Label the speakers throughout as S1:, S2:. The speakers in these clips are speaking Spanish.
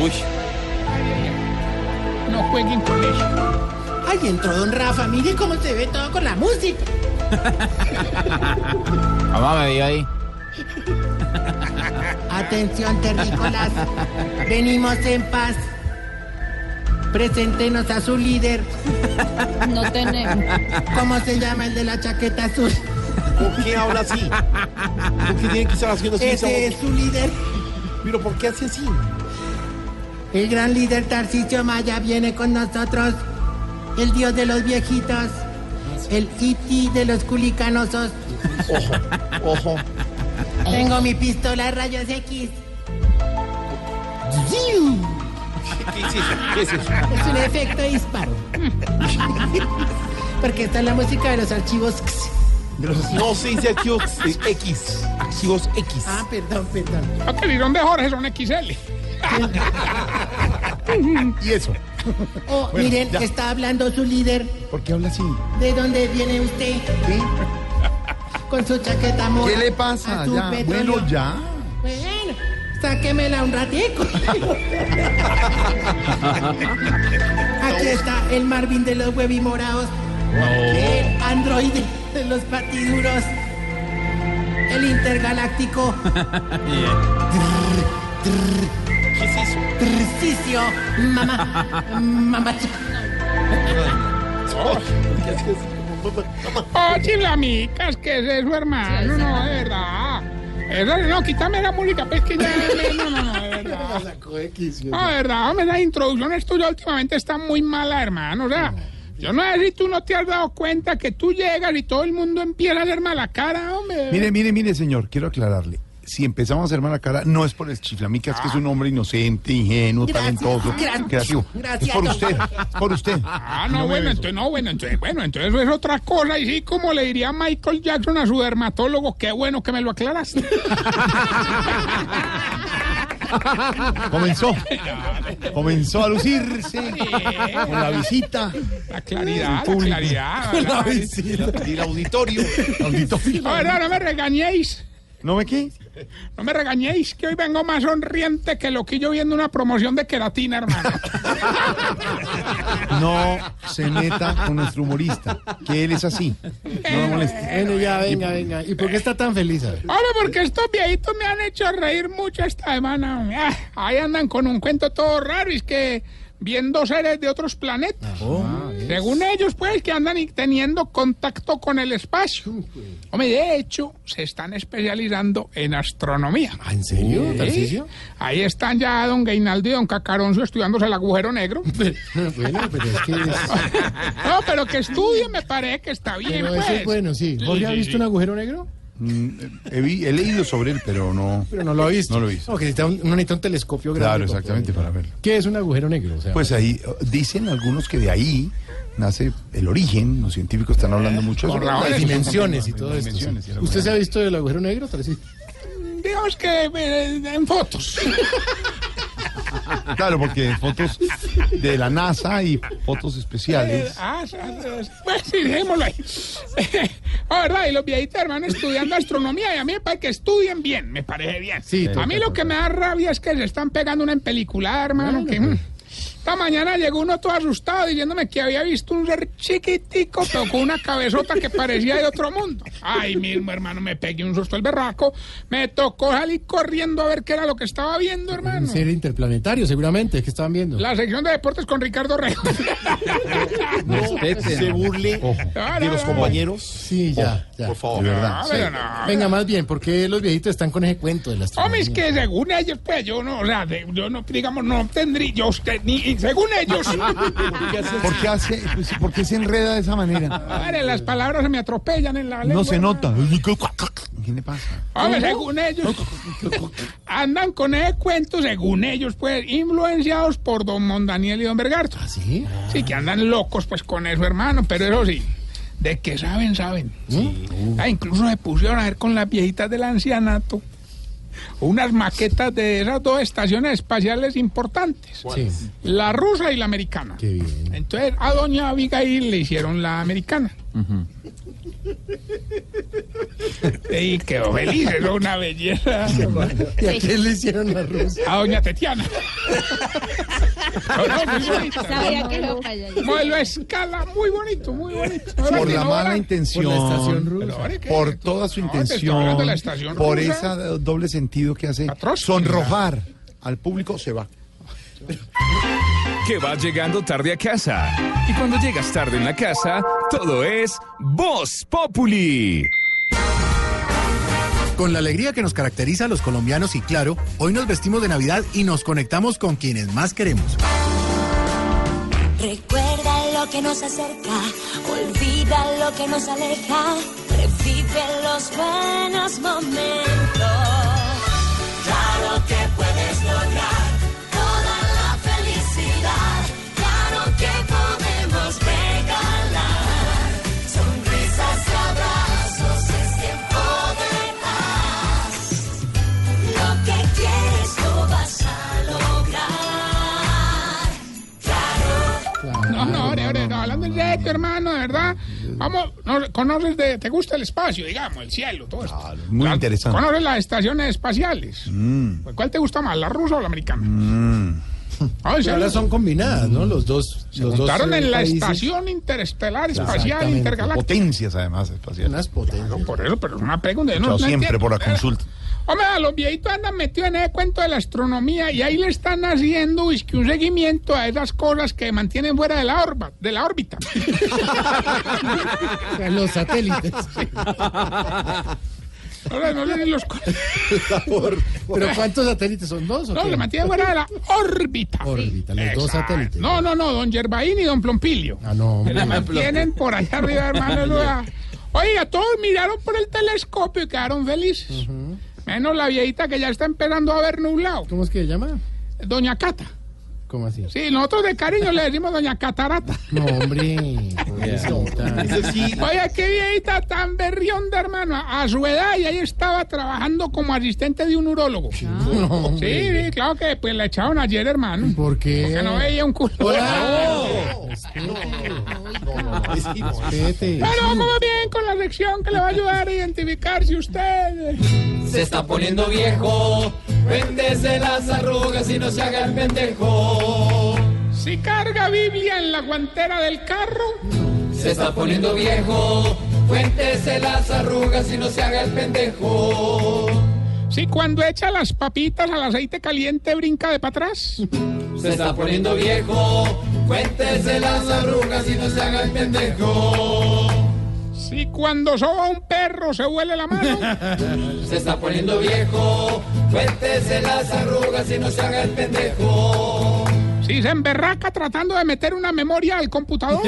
S1: Uy,
S2: No jueguen con eso.
S3: Ay, entró don Rafa, mire cómo se ve todo con la música.
S2: Mamá Ah, me vio ahí.
S3: Atención, terrícolas. Venimos en paz. Preséntenos a su líder.
S4: No tenemos.
S3: ¿Cómo se llama el de la chaqueta azul?
S1: ¿por qué habla así? ¿Por qué tiene que estar haciendo así? esa
S3: Ese es
S1: voz?
S3: su líder.
S1: Pero ¿por qué hace así?
S3: El gran líder Tarcisio Maya viene con nosotros. El dios de los viejitos. El iti de los culicanosos.
S1: Ojo.
S3: Tengo mi pistola rayos X.
S1: ¿Qué es eso? ¿Qué es eso?
S3: Es un efecto de disparo. Porque está la música de los archivos.
S1: No se dice archivos eh, X. Archivos X.
S3: Ah, perdón, perdón.
S2: Ah, que si son de Jorge, son XL.
S1: ¿Y eso?
S3: Oh,
S1: Bueno,
S3: miren,
S1: ya.
S3: está hablando su líder.
S1: ¿Por qué habla así?
S3: ¿De dónde viene usted? Con su chaqueta mora.
S1: ¿Qué le pasa?
S3: azul
S1: Ya,
S3: petróleo.
S1: bueno, ya.
S3: Bueno, sáquemela un ratico. Aquí está el Marvin de los huevimoraos. El androide de los patiduros. El intergaláctico.
S1: ¿Qué es eso?
S3: Tricicio. Mamá. Mamá.
S1: ¿Qué hace así?
S2: Oh, chiflamicas, que ese es su hermano, no, de verdad. Eso, no, quítame la música, pues que ya. No, no, no, de verdad.
S1: Sacó X.
S2: No, de verdad, hombre, las introducciones tuyas últimamente están muy malas, hermano. O sea, yo no sé si tú no te has dado cuenta que tú llegas y todo el mundo empieza a hacer mala cara, hombre.
S5: Mire, mire, mire, señor, quiero aclararle. Si empezamos a hacer mala cara, no es por el chiflamicas, que es un hombre inocente, ingenuo,
S3: Gracias,
S5: talentoso,
S3: gracias,
S5: creativo.
S3: gracias.
S5: Es por usted, es por usted.
S2: Ah, no, bueno, entonces, no, bueno, entonces, bueno, entonces eso es otra cosa. Y sí, como le diría Michael Jackson a su dermatólogo, qué bueno que me lo aclaraste.
S5: Comenzó, comenzó a lucirse con la visita,
S2: La claridad, la
S5: Público.
S2: claridad. ¿verdad?
S1: El auditorio.
S5: auditorio.
S2: A ver, no, no me regañéis.
S5: ¿No me qué?
S2: No me regañéis, que hoy vengo más sonriente que lo que yo viendo una promoción de queratina, hermano.
S5: No se meta con nuestro humorista, que él es así. No lo moleste.
S3: Bueno, ya, venga, venga. ¿Y por qué está tan feliz?
S2: Ahora, porque estos viejitos me han hecho reír mucho esta semana. hombre. Ah, Ahí andan con un cuento todo raro, y es que viendo seres de otros planetas. Ah, Según ellos, pues, que andan y teniendo contacto con el espacio. Hombre, de hecho, se están especializando en astronomía.
S5: Ah,
S3: ¿En serio, Tarcicio?
S2: Ahí están ya don Gainaldo y don Cacaroncio estudiándose el agujero negro.
S3: Bueno, pero es que
S2: No, pero que estudien me parece que está bien,
S3: Pero
S2: pues.
S3: eso es bueno, sí. ¿Jorge ha visto un agujero negro?
S5: He, vi- he leído sobre él, pero no.
S3: Pero no lo ha visto.
S5: No lo he visto.
S3: No, que necesita un, uno necesita un telescopio grande.
S5: Claro,
S3: para
S5: exactamente,
S3: poder-
S5: para verlo.
S3: ¿Qué es un agujero negro? O sea,
S5: Pues ahí eh, dicen algunos que de ahí nace el origen. Los científicos están hablando mucho
S2: Por la hora
S3: Eh, las
S2: es un
S3: dimensiones y todo esto.
S5: Dimensiones y
S3: sí.
S5: el agujero
S3: ¿Usted se ha visto el agujero negro? tal vez sí?
S2: Digamos que eh, en fotos.
S5: Claro, porque fotos de la NASA y fotos especiales.
S3: Eh,
S2: Ah, sí, sí, pues sí, dejémoslo ahí. La verdad, y los viejitos hermanos estudiando astronomía, y a mí me parece que estudien bien, me parece bien.
S3: Sí,
S2: a mí
S3: total,
S2: lo que me da rabia es que se están pegando una empeliculada, hermano, que... mm, Esta mañana llegó uno todo asustado diciéndome que había visto un ser chiquitico, pero con una cabezota que parecía de otro mundo. Ay, mismo, hermano, me pegué un susto el berraco. Me tocó salir corriendo a ver qué era lo que estaba viendo, hermano.
S3: Un ser interplanetario, seguramente, que estaban viendo.
S2: La sección de deportes con Ricardo Rejo.
S1: No se burle de los compañeros.
S3: Sí, ya, ya.
S1: Por favor.
S5: De verdad.
S2: Ah,
S5: sí.
S2: pero no,
S3: Venga, más bien, ¿por qué los viejitos están con ese cuento de las
S2: Hombre, es Oh, que según ellos, pues yo no, o sea, de- yo no, digamos, no tendría, yo, usted, ni, según ellos,
S5: ¿Por qué, hace, pues, ¿Por qué se enreda de esa manera?
S2: madre, las palabras se me atropellan en la lengua.
S5: No se nota. ¿Qué le pasa?
S2: Hombre, según ellos, andan con ese cuento, según ellos, pues, influenciados por don Mondaniel y don Bergardo.
S1: ¿Ah, ¿Sí?
S2: Sí, que andan locos, pues, con eso, hermano, pero eso sí, de que saben, saben.
S1: uh.
S2: Ah, incluso se pusieron a ver con las viejitas del ancianato unas maquetas de esas dos estaciones espaciales importantes,
S1: Sí.
S2: la rusa y la americana.
S1: Qué bien.
S2: Entonces a doña Abigail le hicieron la americana. Y quedó feliz, era una belleza.
S1: ¿Y a qué le hicieron la rusa?
S2: A doña Tetiana. No, no, muy bonito.
S4: Sabía que lo falla.
S2: Modelo a escala, muy bonito, muy bonito.
S5: Por la
S2: No,
S5: mala
S2: ahora-
S5: intención.
S1: Por la estación rusa.
S2: Pero ahora que-
S5: por toda su
S2: No, te estoy hablando de
S5: intención,
S2: la estación
S5: por
S2: rusa.
S5: ese doble sentido que hace
S2: Atroz.
S5: sonrojar al público, se va.
S6: que va llegando tarde a casa. Y cuando llegas tarde en la casa, todo es Voz Populi.
S7: Con la alegría que nos caracteriza a los colombianos y claro, hoy nos vestimos de Navidad y nos conectamos con quienes más queremos.
S8: Recuerda lo que nos acerca, olvida lo que nos aleja, revive los buenos momentos. Claro que puedes lograr toda la felicidad, claro que podemos regalar sonrisas y abrazos, es tiempo de paz. Lo que quieres lo vas a lograr.
S2: No, no, ahora, ahora, no, hablando en serio, hermano, de verdad. Vamos, no, conoces de, te gusta el espacio, digamos, el cielo, todo esto.
S5: Ah, muy
S2: La-
S5: interesante. Mm.
S2: Conoces las estaciones espaciales. Pues, ¿Cuál te gusta más, la rusa o la americana? Ah, en
S7: Pero
S2: serio,
S7: ahora son combinadas, ¿no? Los dos.
S2: se
S7: los dos
S2: juntaron
S7: eh,
S2: en la
S7: países.
S2: estación interestelar, espacial,
S7: Exactamente.
S2: intergaláctica.
S5: Potencias, además, espaciales.
S7: Unas potencias.
S2: No, por eso, pero es una pregunta. yo no-
S5: Chao
S2: no
S5: siempre
S2: entiendo.
S5: por la
S2: Eh,
S5: consulta.
S2: Hombre, a los viejitos andan metidos en ese cuento de la astronomía y ahí le están haciendo es que un seguimiento a esas cosas que mantienen fuera de la, orba- de la órbita.
S7: Los satélites.
S2: Ahora no le den los co-
S7: Pero ¿cuántos satélites son dos? o
S2: No,
S7: qué?
S2: le mantiene fuera de la órbita.
S7: Órbita, los dos
S2: Exacto.
S7: satélites.
S2: No, no, no, don Gervain y don Plompilio.
S7: Ah, no. hombre.
S2: Le mantienen por allá arriba, hermano. Lua. Oiga, todos miraron por el telescopio y quedaron felices. Menos la viejita que ya está empezando a ver nublado.
S7: ¿Cómo es que se llama?
S2: Doña Cata.
S7: ¿Cómo así?
S2: Sí, nosotros de cariño le decimos Doña Catarata.
S7: No, hombre. pobrecita.
S1: Ese sí.
S2: Oiga, qué viejita tan berrionda, hermano. A su edad y ahí estaba trabajando como asistente de un urólogo. Sí,
S7: No, hombre.
S2: sí, claro que pues la echaron ayer, hermano.
S7: ¿Por
S2: Que
S7: qué?
S2: no veía un culo. ¿eh?
S7: Vete.
S2: Bueno, vamos bien con la lección que le va a ayudar a identificar si usted.
S8: Se está poniendo viejo, véndese las arrugas y no se haga el pendejo.
S2: Si carga Biblia en la guantera del carro,
S8: Se está poniendo viejo, cuéntese las arrugas y no se haga el pendejo.
S2: si cuando echa las papitas al aceite caliente brinca de para atrás,
S8: Se está poniendo viejo, cuéntese las arrugas y no se haga el pendejo.
S2: si cuando soba un perro se huele la mano,
S8: Se está poniendo viejo, cuéntese las arrugas y no se haga el pendejo.
S2: si se emberraca tratando de meter una memoria al computador,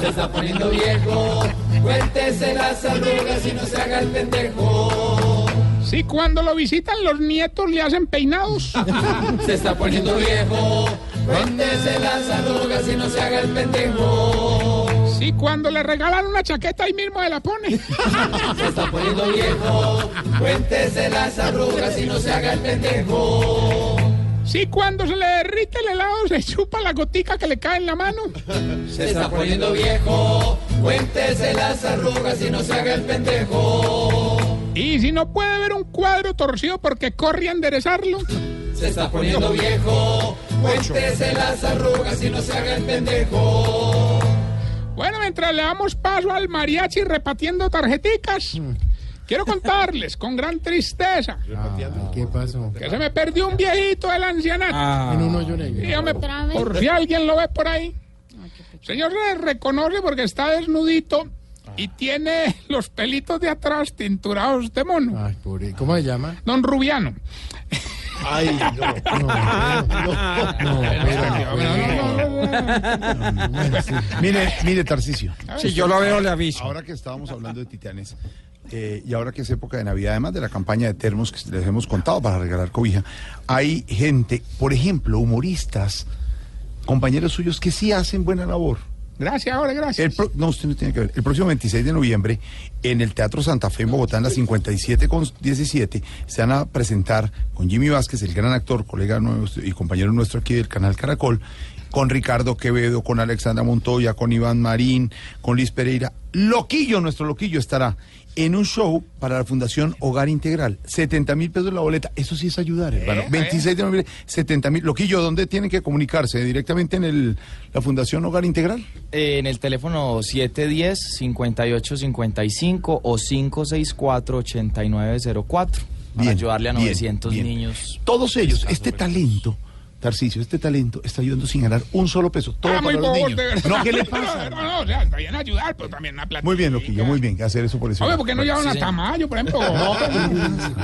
S8: Se está poniendo viejo, cuéntese las arrugas y no se haga el pendejo.
S2: si cuando lo visitan los nietos le hacen peinados,
S8: Se está poniendo viejo, cuéntese las arrugas y no se haga el pendejo.
S2: si cuando le regalan una chaqueta ahí mismo se la pone,
S8: Se está poniendo viejo, cuéntese las arrugas y no se haga el pendejo.
S2: si cuando se le derrite el helado se chupa la gotica que le cae en la mano,
S8: Se está poniendo viejo, cuéntese las arrugas y no se haga el pendejo.
S2: y si no puede ver un cuadro torcido porque corre a enderezarlo.
S8: Se está poniendo viejo, cuéntese las arrugas y no se haga el pendejo.
S2: Bueno, mientras le damos paso al mariachi repartiendo tarjeticas, quiero contarles con gran tristeza
S7: Ah, ¿Qué pasó?
S2: que se me perdió un viejito del ancianato.
S7: En un hoyo negro.
S2: Dígame,
S4: Otra vez.
S2: por si alguien lo ve por ahí. Señor, se reconoce porque está desnudito
S5: Ah.
S2: y tiene los pelitos de atrás tinturados de
S5: Ah.
S2: mono.
S7: Ay, pobre. ¿Cómo se llama?
S2: Don Rubiano.
S1: Ay, no.
S7: No, pero,
S5: Mire, mire, Tarcicio.
S2: Si Ah,
S5: yo lo veo, le aviso. Ahora que estábamos hablando de titanes, eh, y ahora que es época de Navidad, además de la campaña de termos que les hemos contado para regalar cobija, hay gente, por ejemplo, humoristas, compañeros suyos que sí hacen buena labor.
S2: Gracias, ahora gracias.
S5: El pro- no, usted no tiene que ver. El próximo 26 de noviembre, en el Teatro Santa Fe en Bogotá, en la 57 con 17, se van a presentar con Jimmy Vázquez, el gran actor, colega nuestro y compañero nuestro aquí del canal Caracol, con Ricardo Quevedo, con Alexandra Montoya, con Iván Marín, con Liz Pereira. Loquillo, nuestro Loquillo estará en un show para la Fundación Hogar Integral. 70 mil pesos la boleta. Eso sí es ayudar, hermano.
S2: Eh, eh.
S5: 26 de noviembre, 70 mil. Loquillo, ¿dónde tienen que comunicarse? ¿Directamente en el, la Fundación Hogar Integral?
S9: En el teléfono 710-5855 o 564-8904 para
S5: Bien,
S9: ayudarle a
S5: bien,
S9: 900
S5: bien.
S9: niños.
S5: Todos ellos, este talento, Tarcicio, este talento está ayudando sin ganar un solo peso. Todo
S2: Ah, muy
S5: para los
S2: bobo,
S5: niños.
S2: de verdad.
S5: No, ¿qué le pasa?
S2: No, no, no, o sea, está bien ayudar, pero también una plata.
S5: Muy bien, Loquillo, muy bien. Hacer eso por eso.
S2: Oye, ¿por qué no llevan a Tamayo, por ejemplo?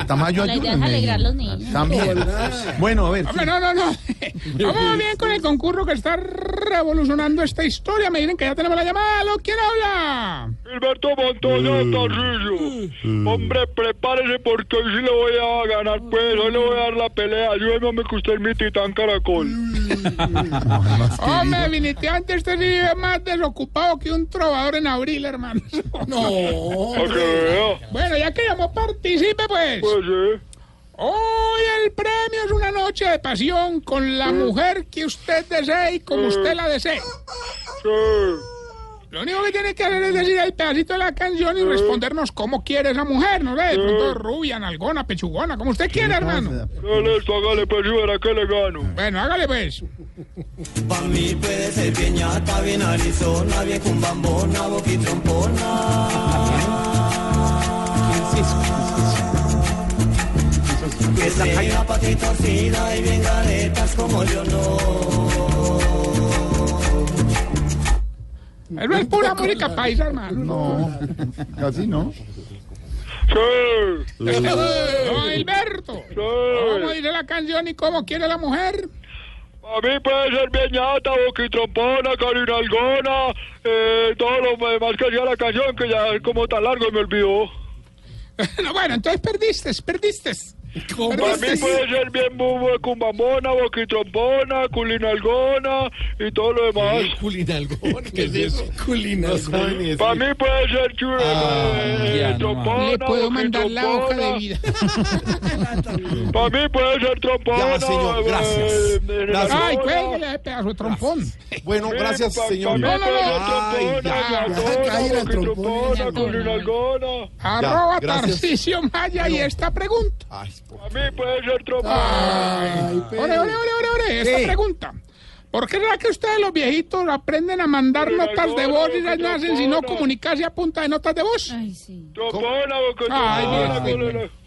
S5: Tamayo
S4: La idea
S5: ayuda
S4: es
S5: en
S4: alegrar a
S5: ello.
S4: los niños.
S5: También. Bueno, a ver.
S2: Hombre, no, no, no. Vamos bien con el concurso que está revolucionando esta historia. Me dicen que ya tenemos la llamada. ¿Aló? ¿Quién habla?
S10: Gilberto Montoya Tarrillo. Hombre, prepárese porque hoy sí le voy a ganar, pues. Hoy le voy a dar la pelea. Ayúdeme que usted es mi titán caracol.
S2: Hombre, definitivamente este sí vive más desocupado que un trovador en abril, hermano. No.
S10: Para que vea.
S2: Bueno, ya que llamó, participe, pues.
S10: Pues sí.
S2: Hoy el premio es una noche de pasión con la mujer que usted desee y como usted la desee. Lo único que tiene que hacer es decir el pedacito de la canción y respondernos cómo quiere esa mujer, ¿no ve? De pronto rubia, nalgona, pechugona, como usted quiera, hermano.
S10: Dale esto, hágale, pues, y verá que le gano.
S2: Bueno, hágale pues.
S11: Pa' mí puede ser bien ñata, bien arizona, bien cumbambona, boquitrompona. Que se una pati torcida y bien garetas como yo no.
S2: Eso es pura música paisa, hermano.
S5: No, casi no.
S2: Don Gilberto, ¿cómo dice la canción y cómo quiere la mujer?
S10: A mí puede ser bien ñata, boquitrompona, carinalgona, eh, todo lo demás que hacía la canción, que ya es como tan largo y me olvidó.
S2: No, bueno, entonces perdiste, perdiste.
S10: Para mí puede ser bien bubo, cumbambona, boquitrompona, culinalgona y todo lo demás.
S12: ¿Culinalgón? ¿Qué es eso? Culinalgón.
S10: Para mí puede ser eh, chulo.
S1: Ah,
S12: ya, no
S10: trompona,
S12: más.
S2: Le puedo mandar la hoja de vida.
S10: Para eh. mí puede ser trompona.
S1: Ya, señor, gracias.
S10: eh,
S1: Gracias.
S2: Ay, cuélguele ese pedazo de trompón.
S1: Bueno, gracias,
S10: pa-
S1: señor.
S10: pa' mí puede ser
S1: Ay, ya,
S10: trompona,
S1: ya,
S10: nalgona,
S1: cae la
S10: boquitrompona,
S1: trompona.
S10: culinalgona.
S2: Arroba
S1: gracias.
S2: Tarcisio Maya y esta pregunta.
S10: A mí puede ser
S2: Ah.
S10: trompona.
S2: Ay, ore, ore, ore, ore, ore, esta pregunta. ¿Por qué será que ustedes los viejitos aprenden a mandar
S10: Pero
S2: notas de
S10: no,
S2: voz
S10: no,
S2: y las
S10: no,
S2: nacen
S10: no,
S2: sino
S10: no.
S2: comunicarse a punta de notas de voz?
S4: Ay, sí.
S10: Trompona,
S2: Ay,
S10: boquitrompona,
S2: Dios mío.
S10: culinalgona.